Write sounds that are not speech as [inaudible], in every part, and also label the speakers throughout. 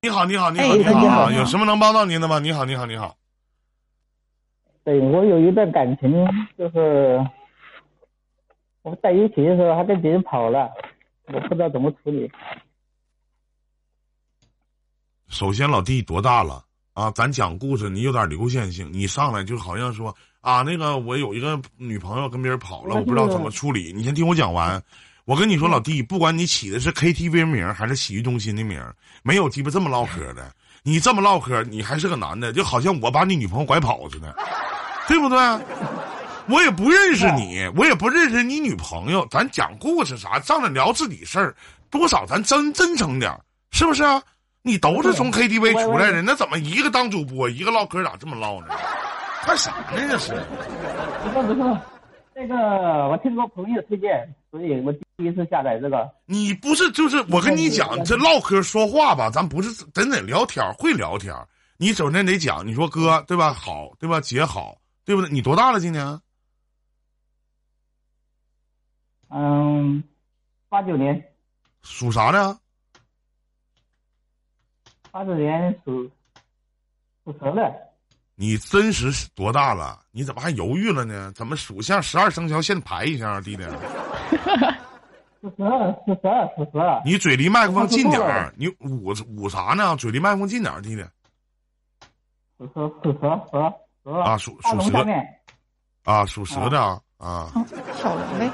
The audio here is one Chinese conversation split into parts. Speaker 1: 你好，你好，你好，
Speaker 2: 哎
Speaker 1: 你好，
Speaker 2: 你好
Speaker 1: 啊
Speaker 2: 你好
Speaker 1: 有什么能帮到您的吗？你好，你好，你好。
Speaker 2: 对我有一段感情，就是我在一起的时候，他跟别人跑了，我不知道怎么处理。
Speaker 1: 首先，老弟多大了啊？咱讲故事，你有点流线性，你上来就好像说啊，那个我有一个女朋友跟别人跑了，
Speaker 2: 我
Speaker 1: 我不知道
Speaker 2: 是
Speaker 1: 怎么处理。你先听我讲完。我跟你说，老弟，不管你起的是 KTV 名儿还是洗浴中心的名儿，没有鸡巴这么唠嗑的。你这么唠嗑，你还是个男的，就好像我把你女朋友拐跑似的，对不对？我也不认识你，我也不认识你女朋友，咱讲故事啥，上来聊自己事儿，多少咱真真诚点儿，是不是啊？你都是从 KTV 出来的，那怎么一个当主播，一个唠嗑，咋这么唠呢？干啥呢？这是
Speaker 2: 不是不是，这个我听过朋友推荐，所以我第一次下载这个。
Speaker 1: 你不是就是我跟你讲，这唠嗑说话吧，咱不是真得聊天儿，会聊天儿。你首先得讲，你说哥对吧？好对吧？姐好对不对？你多大了？今年
Speaker 2: 嗯，八九年，
Speaker 1: 属啥的？
Speaker 2: 八九年属属蛇的，
Speaker 1: 你真实是多大了？你怎么还犹豫了呢？怎么属相十二生肖先排一下啊，弟弟？
Speaker 2: 属蛇，属蛇，属蛇。
Speaker 1: 你嘴离麦克风近点
Speaker 2: 我
Speaker 1: 儿，你捂捂啥呢？嘴离麦克风近点儿，弟弟
Speaker 2: 属蛇，属蛇，蛇蛇
Speaker 1: 啊属
Speaker 2: 大龙
Speaker 1: 属蛇
Speaker 2: 下面，
Speaker 1: 啊，属蛇的啊啊
Speaker 3: 小龙呗，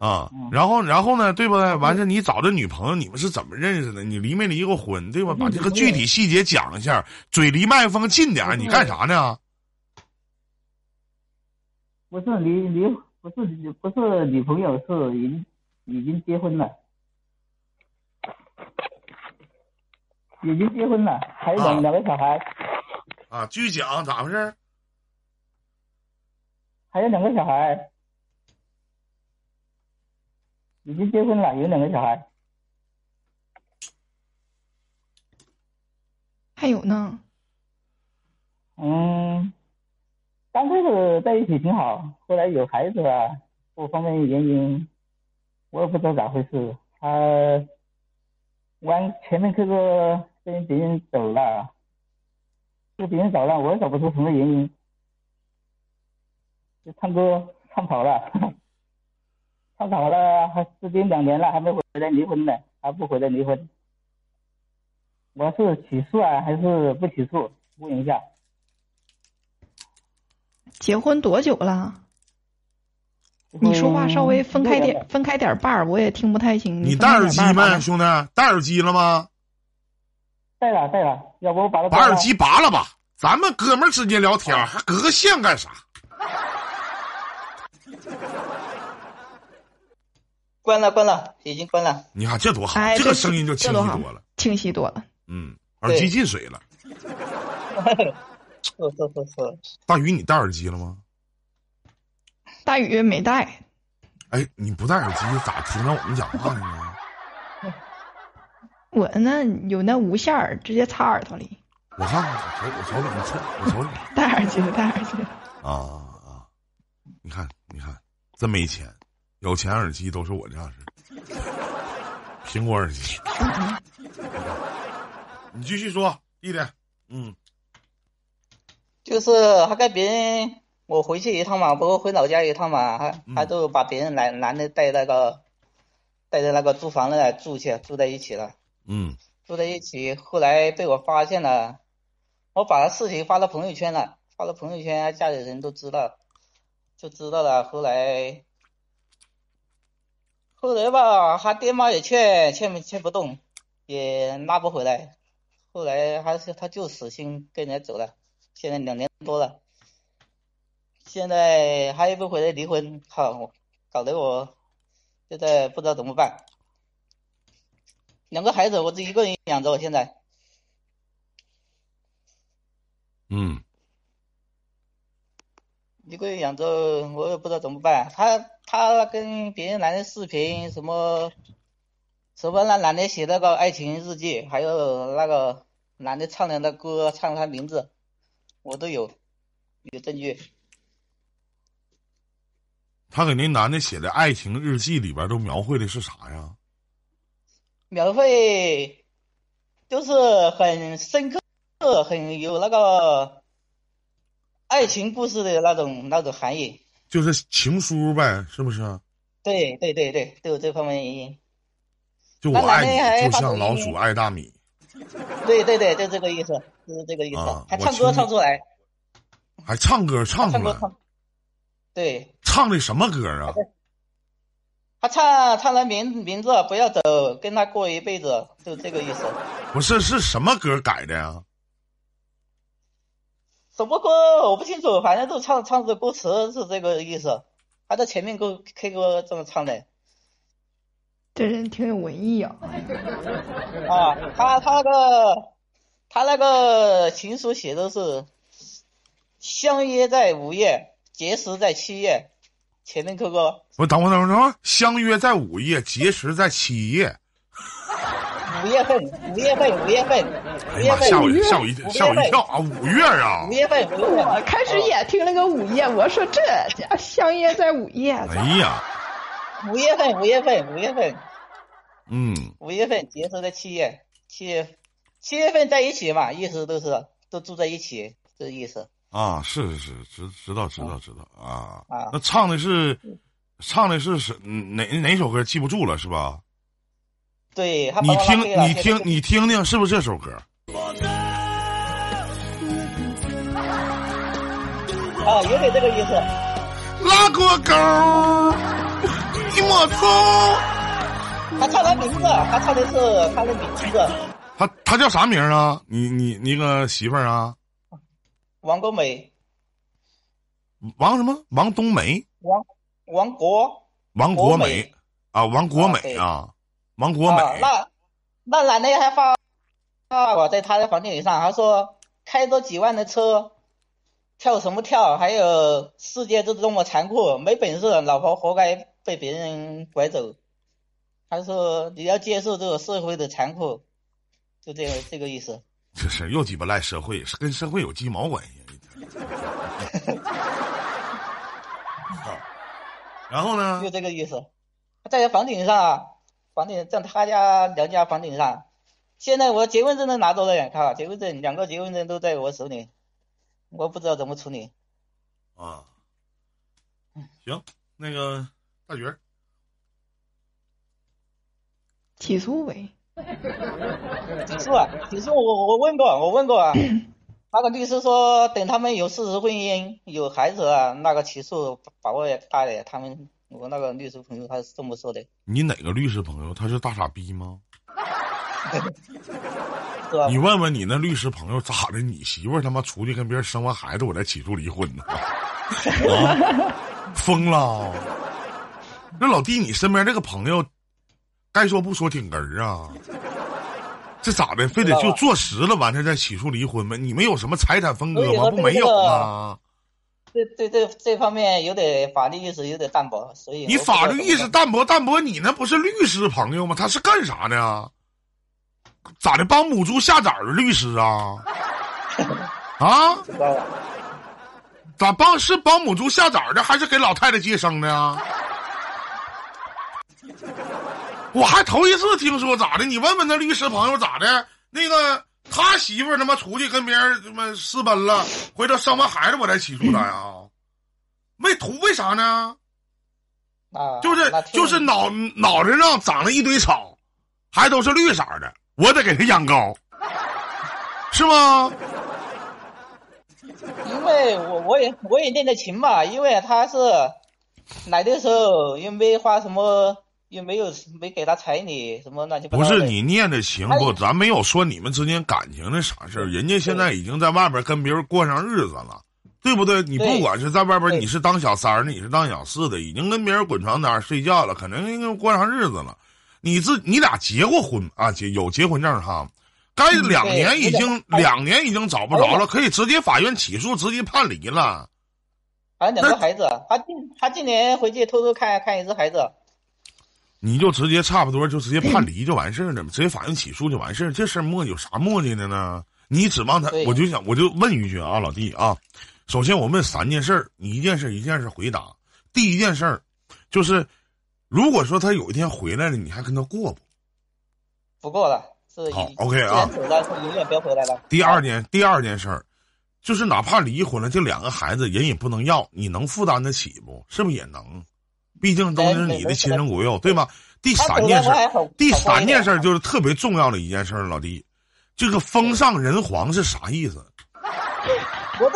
Speaker 1: 啊
Speaker 2: 嗯！
Speaker 1: 然后然后呢，对不对？完事你找这女朋友，你们是怎么认识的？你离没离过婚，对吧？把这个具体细节讲一下，嘴离麦克风近点儿，你干啥呢？
Speaker 2: 不是离离不是离不是女朋友，是已经已经结婚了，已经结婚了，还有两、
Speaker 1: 啊
Speaker 2: 两个小孩，
Speaker 1: 啊，继续讲咋回事儿？
Speaker 2: 还有两个小孩，已经结婚了，有两个小孩，
Speaker 3: 还有呢，
Speaker 2: 嗯，刚开始在一起挺好，后来有孩子了，各方面原因，我也不知道咋回事，他完前面这个跟别人走了，就别人走了，我也找不出什么原因，就唱歌唱跑了， [laughs] 唱跑了，还至今两年了还没回来离婚呢，还不回来离婚，我是起诉啊还是不起诉？问一下。
Speaker 3: 结婚多久了？
Speaker 1: 嗯
Speaker 3: 你说话稍微分开点，分开点儿瓣儿，我也听不太清。
Speaker 1: 你
Speaker 3: 分
Speaker 1: 戴
Speaker 3: 开
Speaker 1: 耳
Speaker 3: 点
Speaker 1: 机
Speaker 3: 瓣儿吧
Speaker 1: 没，？兄弟？戴耳机了吗？
Speaker 2: 戴了戴了，要不我把它
Speaker 1: 把耳机拔了吧，咱们哥们儿之间聊天儿还隔个线干啥？
Speaker 2: 关了关了，已经关了。
Speaker 1: 你看这多好，
Speaker 3: 哎，
Speaker 1: 这个声音就清
Speaker 3: 这
Speaker 1: 晰
Speaker 3: 好
Speaker 1: 多了。，
Speaker 3: 清晰多了。
Speaker 1: 嗯，耳机
Speaker 2: 对
Speaker 1: 进水了。
Speaker 2: 是是是是，
Speaker 1: 大宇，你戴耳机了吗？
Speaker 3: 大宇没戴，
Speaker 1: 哎，你不戴耳机咋听着我们讲话呢？
Speaker 3: 我呢有那无线儿，直接插耳朵里。
Speaker 1: 我看看，我瞅我瞅瞅瞅，我瞅瞅
Speaker 3: 戴耳机的，戴耳机的。
Speaker 1: 啊啊！你看，你看，真没钱，有钱耳机都是我这样式的，苹果耳机。你继续说，弟弟。嗯，
Speaker 4: 就是他跟别人，我回去一趟嘛，不过回老家一趟嘛，他他
Speaker 1: 嗯
Speaker 4: 就把别人男男的带那个，带到那个租房那住去，住在一起了，
Speaker 1: 嗯，
Speaker 4: 住在一起。后来被我发现了，我把他事情发到朋友圈了，发到朋友圈，啊家里人都知道，就知道了。后来，后来吧，他爹妈也劝劝不劝不动，也拉不回来。后来还是他就死心跟人家走了，现在两年多了，现在还不回来离婚，靠，我搞得我现在不知道怎么办。两个孩子我自己一个人养着，我现在
Speaker 1: 嗯，
Speaker 4: 一个人养着，我也不知道怎么办。他他跟别人男的视频什么，什么那男的写那个爱情日记，还有那个男的唱的那歌，唱他名字，我都有有证据。
Speaker 1: 他给那男的写的爱情日记里边都描绘的是啥呀？
Speaker 4: 描绘就是很深刻，很有那个爱情故事的那种那种含义。
Speaker 1: 就是情书呗，是不是？
Speaker 4: 对对对对，都有这方面原因。
Speaker 1: 就我爱
Speaker 4: 他奶奶
Speaker 1: 你，
Speaker 4: 还
Speaker 1: 就
Speaker 4: 发
Speaker 1: 像
Speaker 4: 抖
Speaker 1: 老
Speaker 4: 音
Speaker 1: 鼠爱大米。
Speaker 4: 对对对，就这个意思，就是这个意思。
Speaker 1: 啊
Speaker 4: 还
Speaker 1: 我
Speaker 4: 唱歌
Speaker 1: 听
Speaker 4: 唱出来，
Speaker 1: 还唱歌唱出
Speaker 4: 嗯唱歌
Speaker 1: 来，
Speaker 4: 唱，对
Speaker 1: 唱的什么歌啊？
Speaker 4: 他唱唱了名名字不要走，跟他过一辈子，就这个意思。
Speaker 1: 不是是什么歌改的呀？
Speaker 4: 什么歌我不清楚，反正都唱唱的歌词是这个意思。他在前面歌 K 歌这么唱的
Speaker 3: 这人挺有文艺啊。
Speaker 4: 啊，他他那个他那个情书写的是相约在五月，结识在七月。前面 Q 歌
Speaker 1: 我等会儿等会儿等会儿，相约在五月，结识在七夜。
Speaker 4: 五月份，五月份，五月份，五
Speaker 1: 哎
Speaker 4: 月
Speaker 1: 呀妈，
Speaker 4: 份，
Speaker 1: 吓我
Speaker 4: 五
Speaker 1: 一
Speaker 4: 月
Speaker 1: 吓我一
Speaker 4: 份
Speaker 1: 吓我一跳啊！五月啊
Speaker 4: 五！月份，五月
Speaker 3: 我
Speaker 4: 份
Speaker 3: 开始也听了个午夜，我说这家相约在午夜，
Speaker 1: 哎呀，
Speaker 4: 五月份，五月份，五月份，
Speaker 1: 嗯，
Speaker 4: 五月份结束在七月，七月，七月份在一起嘛，意思都是都住在一起，这个意思。
Speaker 1: 啊，是是是，知知道知道知道啊
Speaker 4: 啊。嗯
Speaker 1: 那唱的是，唱的是是嗯哪哪首歌记不住了是吧？
Speaker 4: 对，他把
Speaker 1: 你
Speaker 4: 我拉
Speaker 1: 听
Speaker 4: 黑啊了
Speaker 1: 你听你听听，是不是这首歌？
Speaker 4: 啊，有点这个意思。
Speaker 1: 拉过钩，你莫走。
Speaker 4: 他唱他名字，他唱的是他的名字，
Speaker 1: 他他叫啥名儿啊？你你你个媳妇儿啊？
Speaker 4: 王国美，
Speaker 1: 王什么？王冬梅，
Speaker 4: 王王国
Speaker 1: 王国
Speaker 4: 国
Speaker 1: 美啊，王国
Speaker 4: 啊
Speaker 1: 美
Speaker 4: 对
Speaker 1: 啊，王国美
Speaker 4: 啊。那那男的还发发我在他的房间里上，他说开着几万的车。跳什么跳？还有世界就是这么残酷，没本事，老婆活该被别人拐走。他说你要接受这个社会的残酷，就这个这个意思。
Speaker 1: 这事儿又鸡巴赖社会，是跟社会有鸡毛关系。啊啊然后呢
Speaker 4: 就？这个意思。在房顶上啊，房顶在他家娘家房顶上。现在我结婚证都拿到了，你看啊，结婚证两个结婚证都在我手里，我不知道怎么处理。
Speaker 1: 啊，行，那个大角儿
Speaker 3: 起诉呗。
Speaker 4: 起诉啊，起诉我我我问过，我问过啊。那个律师说，等他们有事实婚姻、有孩子啊，那个起诉把握也大点。他们我那个律师朋友他是这么说的，
Speaker 1: 你哪个律师朋友？他是大傻逼吗？
Speaker 4: 是吧
Speaker 1: 你？问问你那律师朋友咋的？你媳妇儿他妈出去跟别人生完孩子，我再起诉离婚呢？啊，疯了！那老弟，你身边这个朋友，该说不说挺哏儿啊。这咋的？非得就坐实了，完事儿再起诉离婚呗？你们有什么财产分割
Speaker 4: 所以
Speaker 1: 吗？
Speaker 4: 说
Speaker 1: 不
Speaker 4: 这
Speaker 1: 没有
Speaker 4: 个
Speaker 1: 吗？
Speaker 4: 对对对，这方面有点法律意识有点淡薄，所以
Speaker 1: 你
Speaker 4: 我不知道
Speaker 1: 法律
Speaker 4: 怎么
Speaker 1: 意
Speaker 4: 办
Speaker 1: 识淡薄淡薄，你那不是律师朋友吗？他是干啥的啊？咋的？帮母猪下崽儿的律师啊？啊？
Speaker 4: 知道吧？
Speaker 1: 咋帮是帮母猪下崽儿的，还是给老太太接生的呀？我还头一次听说咋的，你问问那律师朋友咋的？那个他媳妇儿他妈出去跟别人他妈私奔了，回头生完孩子我再起诉他呀？为图为啥呢？
Speaker 4: 啊，
Speaker 1: 就是
Speaker 4: 那听
Speaker 1: 就是脑脑袋上长了一堆草，还都是绿色儿的，我得给他养高，是吗？
Speaker 4: 因为我我也我也练的琴嘛，因为他是来的时候又没花什么，又没有没给他彩礼什么乱七八
Speaker 1: 不
Speaker 4: 糟的。
Speaker 1: 是你念的情
Speaker 4: 哎
Speaker 1: 不，咱没有说你们之间感情的啥事儿。人家现在已经在外边跟别人过上日子了，对不对？你不
Speaker 4: 对
Speaker 1: 管是在外边，
Speaker 4: 对
Speaker 1: 你是当小三儿，你是当小四的，已经跟别人滚床单儿睡觉了，可能应该过上日子了。你自你俩结过婚啊？结有结婚证哈？该两
Speaker 4: 嗯对
Speaker 1: 年已
Speaker 4: 有点哎
Speaker 1: 经
Speaker 4: 还
Speaker 1: 两年已经找不着了，可以直接法院起诉，直接判离了。
Speaker 4: 还有两
Speaker 1: 那
Speaker 4: 个孩子，啊他今他今年回去偷偷看看一只孩子，
Speaker 1: 你就直接差不多就直接判离就完事儿了，直接法院起诉就完事儿，这事儿磨有啥磨叽的呢？你指望他
Speaker 4: 对，
Speaker 1: 我就想我就问一句啊，老弟啊，首先我问三件事儿，你一件事儿一件事儿回答。第一件事儿就是，如果说他有一天回来了，你还跟他过不？
Speaker 4: 不过了，是
Speaker 1: 好
Speaker 4: 一
Speaker 1: ，OK 啊
Speaker 4: 既然走了，就永远别回来了。
Speaker 1: 第二件第二件事儿，就是哪怕离婚了，这两个孩子人也不能要，你能负担得起不？是不是也能？毕竟
Speaker 4: 哎
Speaker 1: 都是你的亲生骨肉，对吧？第
Speaker 4: 他
Speaker 1: 三
Speaker 4: 走
Speaker 1: 件
Speaker 4: 了
Speaker 1: 事
Speaker 4: 我
Speaker 1: 儿，
Speaker 4: 还好，
Speaker 1: 第
Speaker 4: 好过一
Speaker 1: 三件
Speaker 4: 点
Speaker 1: 事儿就是特别重要的一件事儿，老弟，这个
Speaker 4: 嗯
Speaker 1: 风上人皇是啥意思？
Speaker 4: 不是，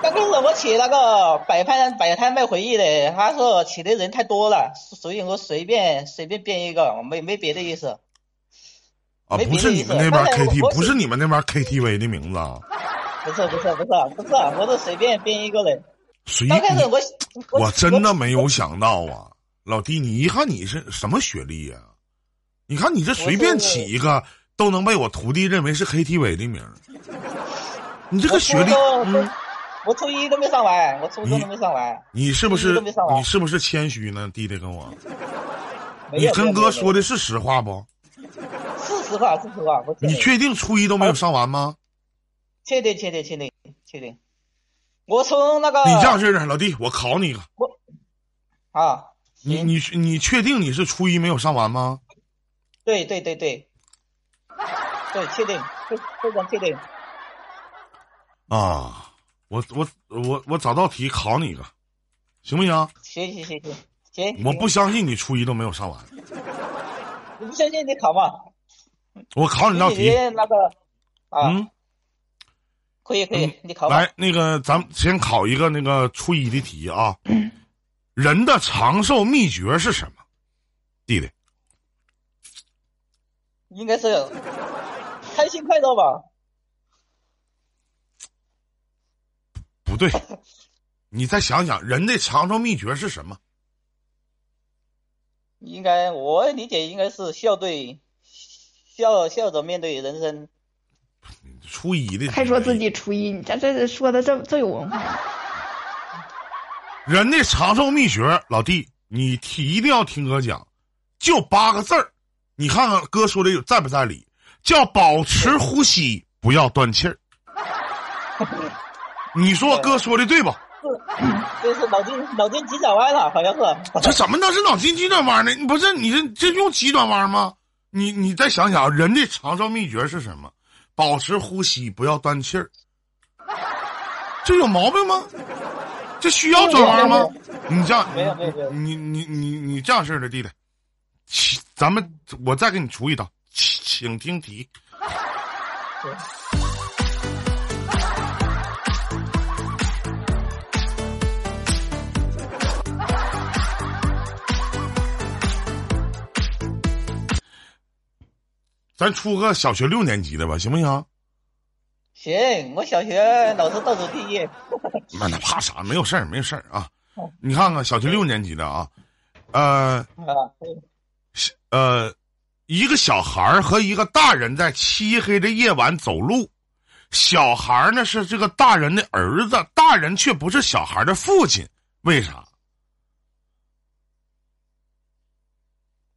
Speaker 4: 刚开始我起那个摆摊摆摊卖回忆的，他说起的人太多了，所以我随便随便编一个，没没别的意思。
Speaker 1: 啊，
Speaker 4: 没
Speaker 1: 不是你
Speaker 4: 别的
Speaker 1: 们那
Speaker 4: 意思
Speaker 1: 边
Speaker 4: 刚才我
Speaker 1: KT，
Speaker 4: 我
Speaker 1: 不是你们那边 KTV 的名字啊？
Speaker 4: 不是不是不是不是，我是随便编一个的。
Speaker 1: 谁？
Speaker 4: 刚开始我
Speaker 1: 我真的
Speaker 4: 我
Speaker 1: 没有想到啊，老弟，你一看你是什么学历呀、你看你这随便起一个都能被我徒弟认为是 KTV 的名儿，你这
Speaker 4: 我
Speaker 1: 个学历
Speaker 4: 初，中
Speaker 1: 嗯，
Speaker 4: 我初一都没上完，我初中都没上完。
Speaker 1: 你是不
Speaker 4: 初一
Speaker 1: 是
Speaker 4: 都没上完
Speaker 1: 你是不是谦虚呢？弟弟跟我，
Speaker 4: 没
Speaker 1: 你
Speaker 4: 有
Speaker 1: 跟哥说
Speaker 4: 的
Speaker 1: 的是实话不？
Speaker 4: 是实话，是实话，我
Speaker 1: 你确定初一都没有上完吗？
Speaker 4: 确定确定确定确定。我从那个
Speaker 1: 你这样式的，老弟，我考你一个，
Speaker 4: 啊，
Speaker 1: 你
Speaker 4: 行
Speaker 1: 你你确定你是初一没有上完吗？
Speaker 4: 对对对对，对，确定，非非常确定。
Speaker 1: 啊，我我我我找道题考你一个，行不行？
Speaker 4: 行行行行行，
Speaker 1: 我不相信你初一都没有上完，
Speaker 4: 你不相信你考嘛？
Speaker 1: 我考你道
Speaker 4: 你
Speaker 1: 题。
Speaker 4: 那个啊，
Speaker 1: 嗯，
Speaker 4: 可以可以，你考吧。
Speaker 1: 来，那个咱们先考一个那个初一的题啊。人的长寿秘诀是什么？弟弟，
Speaker 4: 应该是开心快乐吧？
Speaker 1: 不对，你再想想，人的长寿秘诀是什么？
Speaker 4: 应该我理解应该是笑对笑笑着面对人生。
Speaker 1: 初一的题
Speaker 3: 还说自己初一，你这这说的这这有文化，
Speaker 1: 人的长寿秘诀，老弟，你听一定要听哥讲，就八个字儿，你看看哥说的有在不在理？叫保持呼吸，不要断气儿。你说我哥说的对不？
Speaker 4: 就是脑筋脑筋急转弯了，好像是。
Speaker 1: 这怎么能是脑筋急转弯呢？你不是你这这用急转弯吗？你你再想想，人的长寿秘诀是什么？保持呼吸，不要断气儿。这有毛病吗？这需要转弯吗？你这样，
Speaker 4: 没有没有没有
Speaker 1: 你你你你这样式儿的弟弟，请咱们我再给你出一道，请请听题。咱出个小学六年级的吧，行不行？
Speaker 4: 行，我小学老师倒数第
Speaker 1: [laughs]
Speaker 4: 一。
Speaker 1: 那那怕啥？没有事儿，没有事儿啊。
Speaker 4: 哦
Speaker 1: 你看看小学六年级的啊，呃，
Speaker 4: 啊，对
Speaker 1: 呃，一个小孩儿和一个大人在漆黑的夜晚走路，小孩儿呢是这个大人的儿子，大人却不是小孩儿的父亲，为啥？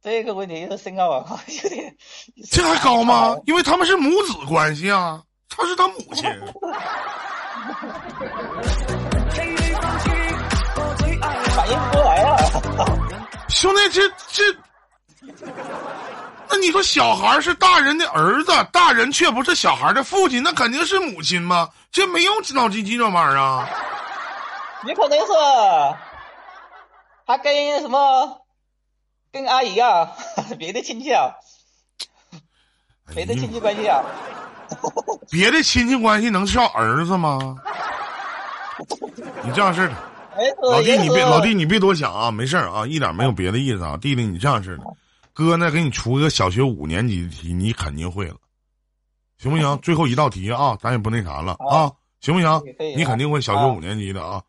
Speaker 4: 这个问题是身高啊，有点。
Speaker 1: 这还高吗？因为他们是母子关系啊，他是他母亲。 [laughs]
Speaker 4: 反应不过来啊。 [laughs]
Speaker 1: 兄弟，这这，那你说小孩儿是大人的儿子，大人却不是小孩儿的父亲，那肯定是母亲嘛？这没有脑筋急转弯啊！
Speaker 4: 也可能是他跟什么跟阿姨啊， [laughs] 别的亲戚啊，
Speaker 1: 哎
Speaker 4: 别的亲戚关系啊，
Speaker 1: 别的亲戚关系能叫儿子吗？你这样式的，
Speaker 4: 没事，
Speaker 1: 老弟
Speaker 4: 也
Speaker 1: 你
Speaker 4: 是
Speaker 1: 别老弟你别多想啊，没事儿啊，一点没有别的意思啊，弟弟你这样式的，哥呢给你出个小学五年级的题，你肯定会了，行不
Speaker 4: [laughs]
Speaker 1: 行？最后一道题啊，咱也不那啥了啊，行不行
Speaker 4: 可以可以？
Speaker 1: 你肯定会小学
Speaker 4: 啊
Speaker 1: 五年级的啊，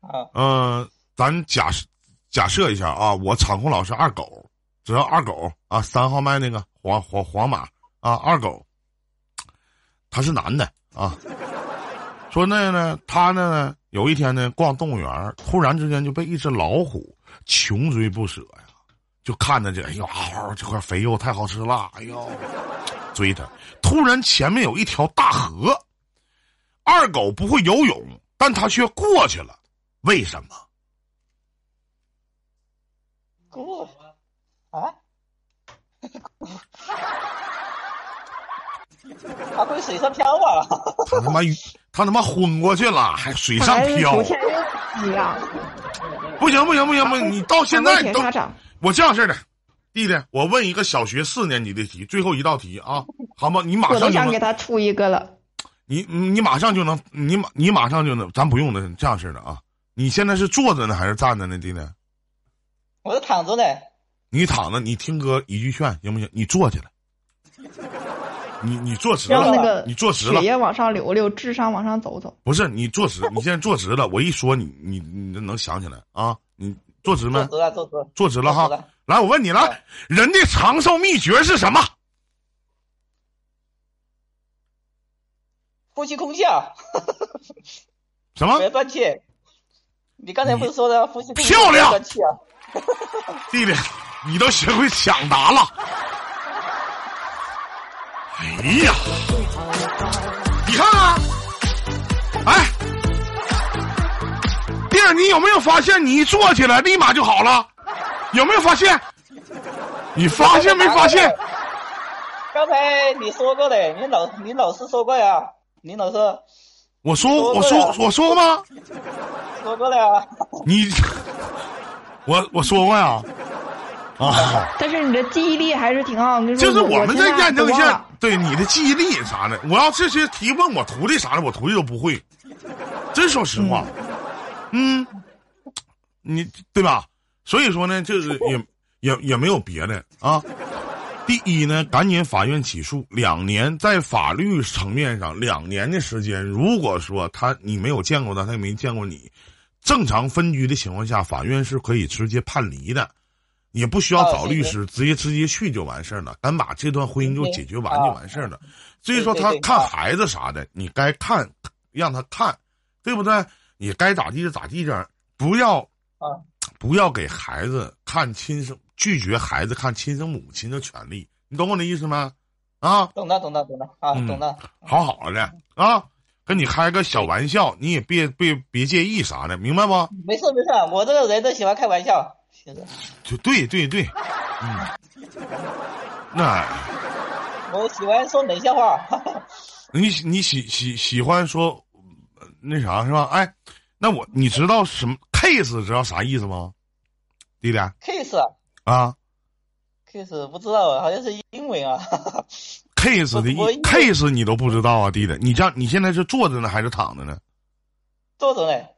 Speaker 4: 啊，
Speaker 1: 嗯，咱假设假设一下啊，我场控老师二狗，只要二狗啊，三号麦那个黄黄黄马啊，二狗，他是男的
Speaker 4: [laughs]
Speaker 1: 啊。说那呢，他呢有一天呢逛动物园儿，突然之间就被一只老虎穷追不舍呀，就看着这，哎呦，嗷这块肥肉太好吃了，哎呦，追他。突然前面有一条大河，二狗不会游泳，但他却过去了。为什么？
Speaker 4: [laughs] 过啊，他会水上漂啊！
Speaker 1: 他他妈
Speaker 3: [laughs]
Speaker 1: 他他妈昏过去了，还水上漂
Speaker 3: 昨，天一样，
Speaker 1: 不行不行不行
Speaker 3: 啊
Speaker 1: 不行，你到现在
Speaker 3: 铁
Speaker 1: 都
Speaker 3: 砂掌，
Speaker 1: 我这样式的，弟弟，我问一个小学四年级的题，最后一道题啊，好吗？你马
Speaker 3: 嗯我
Speaker 1: 上
Speaker 3: 都
Speaker 1: 就
Speaker 3: 想
Speaker 1: 能
Speaker 3: 给他出一个了。
Speaker 1: 你你马上就能，你马你马上就能，咱不用的这样式的啊。你现在是坐着呢还是站着呢，弟弟？
Speaker 4: 我是躺着呢，
Speaker 1: 你躺着，你听哥一句劝行不行？你坐起来，你你坐直
Speaker 3: 让
Speaker 1: 了，
Speaker 3: 那个
Speaker 1: 你坐直
Speaker 3: 血
Speaker 1: 了，
Speaker 3: 液往上流流，智商往上走走。
Speaker 1: 不是你坐直，你现在坐直了，我一说你你你就能想起来啊？你坐直
Speaker 4: 坐
Speaker 1: 没？
Speaker 4: 直了，坐直了，
Speaker 1: 坐直了
Speaker 4: 坐直
Speaker 1: 哈
Speaker 4: 了。
Speaker 1: 来，我问你来，人的长寿秘诀是什么？
Speaker 4: 呼吸空气啊！
Speaker 1: 什么
Speaker 4: 不？要断气。你刚才不是说的呼吸空气
Speaker 1: 漂亮
Speaker 4: 不要断气啊？
Speaker 1: 弟弟，你都学会抢答了。哎呀，你看看、啊，哎，弟儿，你有没有发现你一坐起来立马就好了？有没有发现？你发现没发现？
Speaker 4: 刚才你说过的，你老你老师说过呀，你老师
Speaker 1: 我说我说我说过吗？
Speaker 4: 说过了呀。
Speaker 1: 你， [laughs] 我我说过呀，啊。
Speaker 3: 但是你的记忆力还是挺好，你说
Speaker 1: 就是我
Speaker 3: 我
Speaker 1: 们再
Speaker 3: 现在
Speaker 1: 验证一
Speaker 3: 多
Speaker 1: 下
Speaker 3: 了，
Speaker 1: 对你的记忆力啥的。我要这些题问我徒弟啥的，我徒弟都不会。真说实话，嗯，你对吧？所以说呢，就是也也也没有别的啊。第一呢，赶紧法院起诉，两年在法律层面上两年的时间，如果说他你没有见过他，他也没见过你，正常分居的情况下，法院是可以直接判离的，也不需要
Speaker 4: 哦
Speaker 1: 找
Speaker 4: 是
Speaker 1: 律
Speaker 4: 的
Speaker 1: 师，直接直接去就完事儿了，咱把这段婚姻就
Speaker 4: 对
Speaker 1: 解决完
Speaker 4: 啊
Speaker 1: 就完事儿了。所以说
Speaker 4: 对
Speaker 1: 他
Speaker 4: 对
Speaker 1: 看
Speaker 4: 啊
Speaker 1: 孩子啥的，你该看让他看，对不对？你该咋地就咋地点儿，不要
Speaker 4: 啊，
Speaker 1: 不要给孩子看亲生，拒绝孩子看亲生母亲的权利，你懂我的意思吗？啊，
Speaker 4: 懂了，懂了，懂了啊，
Speaker 1: 嗯
Speaker 4: 懂了。
Speaker 1: 好好的啊，跟你开个小玩笑，你也别别别介意啥的，明白不？
Speaker 4: 没事没事，我这个人都喜欢开玩笑。其实
Speaker 1: 就对对对，嗯，那
Speaker 4: 我喜欢说冷笑话。 [laughs]
Speaker 1: 你喜你喜喜喜欢说呃那啥是吧？哎，那我你知道什么 case 知道啥意思吗？弟弟
Speaker 4: kiss 啊
Speaker 1: 啊
Speaker 4: kiss 不知道，啊，好像是英文啊。 [laughs]
Speaker 1: ，case 的意
Speaker 4: 我我
Speaker 1: case 你都不知道啊，弟弟，你这样你现在是坐着呢还是躺着呢？
Speaker 4: 坐着嘞，哎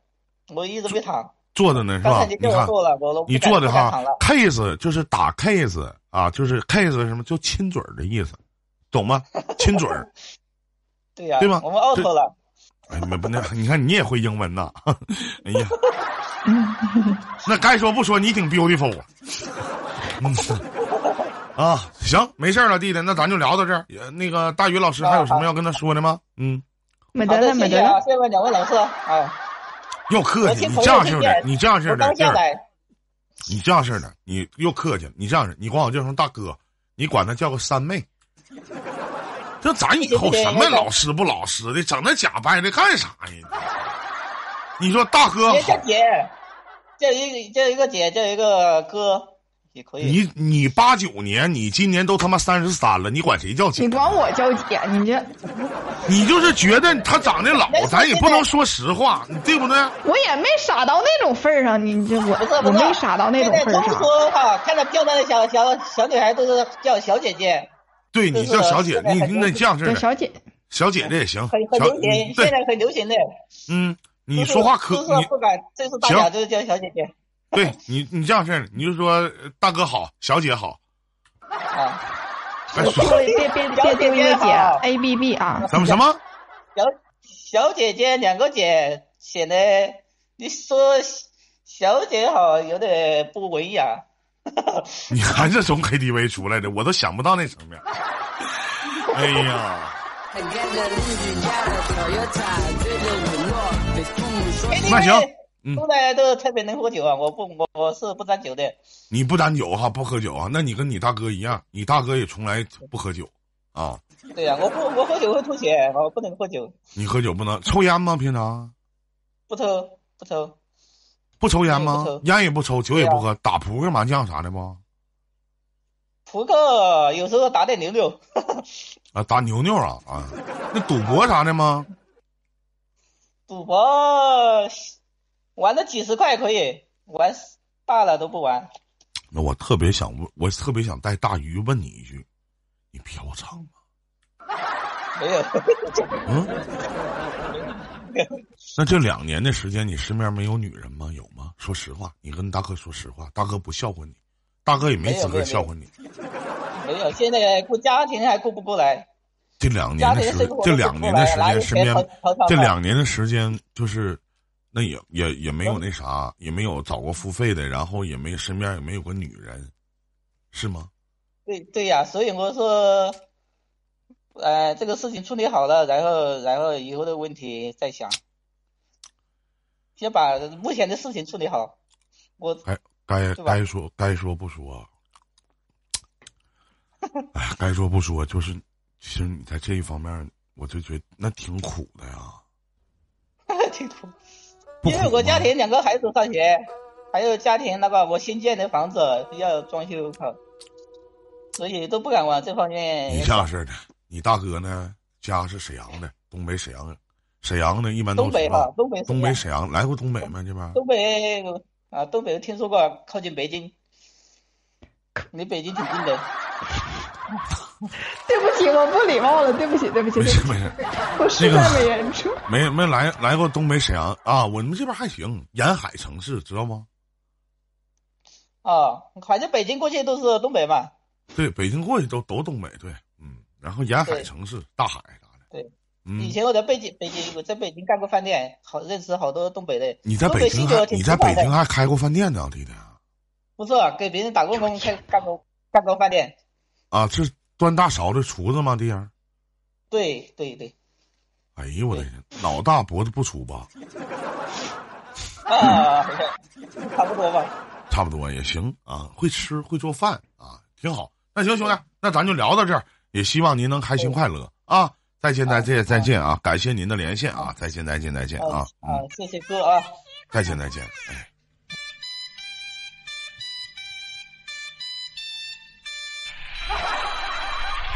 Speaker 4: 我一直没躺。
Speaker 1: 坐着呢嗯是
Speaker 4: 刚
Speaker 1: 吧
Speaker 4: 才？你
Speaker 1: 你
Speaker 4: 跟我
Speaker 1: 看
Speaker 4: 说了，我都不
Speaker 1: 你
Speaker 4: 敢
Speaker 1: 坐着
Speaker 4: 不敢
Speaker 1: 哈
Speaker 4: 躺了。
Speaker 1: ，case 就是打 case 啊，就是 case 什么就亲嘴儿的意思，懂吗？亲嘴儿，
Speaker 4: 对呀，
Speaker 1: 对吗
Speaker 4: 我们 out
Speaker 1: 这
Speaker 4: 了。
Speaker 1: 哎，没不那，你看你也会英文呐，哎呀，
Speaker 3: 嗯，
Speaker 1: 那该说不说，你挺 beautiful 啊。嗯啊，行，没事儿了，弟弟，那咱就聊到这儿。也那个大宇老师还有什么要跟他说的吗？嗯，
Speaker 3: 没
Speaker 4: 好
Speaker 3: 得
Speaker 4: 的，
Speaker 3: 了，没
Speaker 4: 谢谢
Speaker 3: 得
Speaker 4: 啊，
Speaker 3: 了，
Speaker 4: 谢谢两位老师啊，
Speaker 1: 又客气，
Speaker 4: 我听
Speaker 1: 你
Speaker 4: 朋
Speaker 1: 这
Speaker 4: 友
Speaker 1: 样式儿
Speaker 4: 推
Speaker 1: 的，
Speaker 4: 荐
Speaker 1: 你这样式
Speaker 4: 我
Speaker 1: 儿的，
Speaker 4: 刚
Speaker 1: 弟
Speaker 4: 下
Speaker 1: 儿，
Speaker 4: 载。
Speaker 1: 你这样式儿的，你又客气了，你这样式儿，你管我叫声大哥，你管他叫个三妹。这咱以后什么老师不老师的，整那假掰的干啥呀？你说大哥
Speaker 4: 别
Speaker 1: 好
Speaker 4: 叫，姐，叫一叫一个姐，叫一个哥也可以。
Speaker 1: 你你八九年，你今年都他妈三十三了，你管谁叫姐？
Speaker 3: 你管我叫姐，你这
Speaker 1: 你就是觉得他长得老，咱也不能说实话，你对不对？
Speaker 3: 我也没傻到那种份儿上，你这我
Speaker 4: 不是
Speaker 3: 我
Speaker 4: 不是，
Speaker 3: 没傻到那种份儿
Speaker 4: 现在
Speaker 3: 上
Speaker 4: 中。国哈，看到漂亮的小小小女孩都是叫小姐姐，
Speaker 1: 对你叫小姐，你你得这样式
Speaker 3: 对，
Speaker 1: 的，
Speaker 3: 小姐，
Speaker 1: 小姐姐也行
Speaker 4: 很。很
Speaker 1: 小
Speaker 4: 流行，
Speaker 1: 嗯
Speaker 4: 现在
Speaker 1: 对，
Speaker 4: 很流行的。
Speaker 1: 嗯，你
Speaker 4: 就是
Speaker 1: 说话可
Speaker 4: 就是
Speaker 1: 你
Speaker 4: 不敢，岁数大
Speaker 1: 行
Speaker 4: 了就是叫小姐姐
Speaker 1: 对你你这样式的，你就说呃大哥好，小姐好，
Speaker 4: 啊。
Speaker 1: 哎
Speaker 3: 我
Speaker 4: [laughs]
Speaker 1: 说
Speaker 3: 丢了，别别别丢一个
Speaker 4: 小姐
Speaker 3: 姐
Speaker 4: 姐好
Speaker 3: ，A B B 啊，
Speaker 1: 什么什么？
Speaker 4: 小小姐姐两个姐显得你说小姐好有点不文雅。
Speaker 1: 你还是从 KTV 出来的，我都想不到那层面。哎呀，
Speaker 5: 跟着邻居家的 Toyota，追着雨落，被父母说。
Speaker 1: 那行
Speaker 4: KTV
Speaker 1: 嗯
Speaker 4: 出来都特别能喝酒啊！我不，我我是不沾酒的。
Speaker 1: 你不沾酒哈，不喝酒啊？那你跟你大哥一样，你大哥也从来不喝酒啊。
Speaker 4: 对呀、我不，我喝酒会吐血，我不能喝酒，
Speaker 1: 你喝酒不能抽烟吗？平常
Speaker 4: 不抽，不抽。
Speaker 1: 不抽烟
Speaker 4: 不
Speaker 1: 吗
Speaker 4: 抽？
Speaker 1: 烟也不抽，酒也
Speaker 4: 对啊
Speaker 1: 不喝，打扑克、麻将啥的吗？
Speaker 4: 扑克有时候打点牛牛，
Speaker 1: 啊，打牛牛啊啊，那赌博啥的吗？
Speaker 4: 赌博玩的几十块可以，玩大了都不玩。
Speaker 1: 那我特别想问，我特别想带大鱼问你一句，你嫖娼吗？
Speaker 4: 没有，
Speaker 1: 嗯，
Speaker 4: [laughs]
Speaker 1: 那这两年的时间，你身边没有女人吗？有吗？说实话，你跟大哥说实话，大哥不笑话你，大哥也没资格笑话你。
Speaker 4: 没有，现在顾家庭还顾不过来。
Speaker 1: 这两年的时
Speaker 4: 家里生，活
Speaker 1: 这两年的时
Speaker 4: 哪有
Speaker 1: 间，身边
Speaker 4: 钱跑跑跑
Speaker 1: 这两年的时间，就是那也也也没有那啥，也没有找过付费的，然后也没身边也没有个女人，是吗？
Speaker 4: 对对呀、所以我说，呃，这个事情处理好了，然后然后以后的问题再想，先把目前的事情处理好。我
Speaker 1: 该该
Speaker 4: 对吧
Speaker 1: 该说该说不说，哎，该说不说，就是其实你在这一方面，我就觉得那挺苦的呀。
Speaker 4: 挺苦，
Speaker 1: 不
Speaker 4: 因为
Speaker 1: 苦
Speaker 4: 我
Speaker 1: 吗
Speaker 4: 家庭两个孩子上学，还有家庭那个我新建的房子要装修好，所以都不敢往这方
Speaker 1: 你
Speaker 4: 面。
Speaker 1: 这样式的，你大哥呢？家是沈阳的，东北沈阳人，沈阳的一般都
Speaker 4: 东北
Speaker 1: 知道
Speaker 4: 哈，东北
Speaker 1: 东北沈阳来过东北吗？这边
Speaker 4: 东北啊，东北听说过，靠近北京，离北京挺近的。
Speaker 3: 对不起，我不礼貌了，对不起，对不起，
Speaker 1: 没
Speaker 3: 对
Speaker 1: 事
Speaker 3: 不起
Speaker 1: 没事，
Speaker 3: 我实在没忍住。
Speaker 1: 没没来来过东北沈阳啊，我们这边还行，沿海城市知道吗？
Speaker 4: 啊，反正北京过去都是东北嘛。
Speaker 1: 对，北京过去都都东北，对，嗯，然后沿海
Speaker 4: 对
Speaker 1: 城市，大海啥的，
Speaker 4: 对，以
Speaker 1: 嗯，
Speaker 4: 前我在北京，北京我在北京干过饭店，好认识好多东北的。
Speaker 1: 你在
Speaker 4: 东
Speaker 1: 北
Speaker 4: 西
Speaker 1: 京
Speaker 4: 酒
Speaker 1: 还
Speaker 4: 挺
Speaker 1: 你在
Speaker 4: 地道
Speaker 1: 北
Speaker 4: 的
Speaker 1: 京还开过饭店呢，弟啊弟
Speaker 4: 不是给别人打
Speaker 1: [laughs]
Speaker 4: 过工，开干过干过饭店。
Speaker 1: 啊，是端大勺的厨子吗？弟儿，
Speaker 4: 对
Speaker 1: [laughs]
Speaker 4: 对对，
Speaker 1: 哎呦我的天，脑大脖子不粗吧？
Speaker 4: 啊， [laughs] 好像差不多吧。
Speaker 1: 差不多也行啊，会吃会做饭啊，挺好。那行，兄弟，那咱就聊到这儿，也希望您能开心快乐啊！再见，再见，再见啊！感谢您的连线啊！再见，再见，再见
Speaker 4: 啊
Speaker 1: 啊！
Speaker 4: 啊，谢谢哥啊。
Speaker 1: 再见，再见，哎。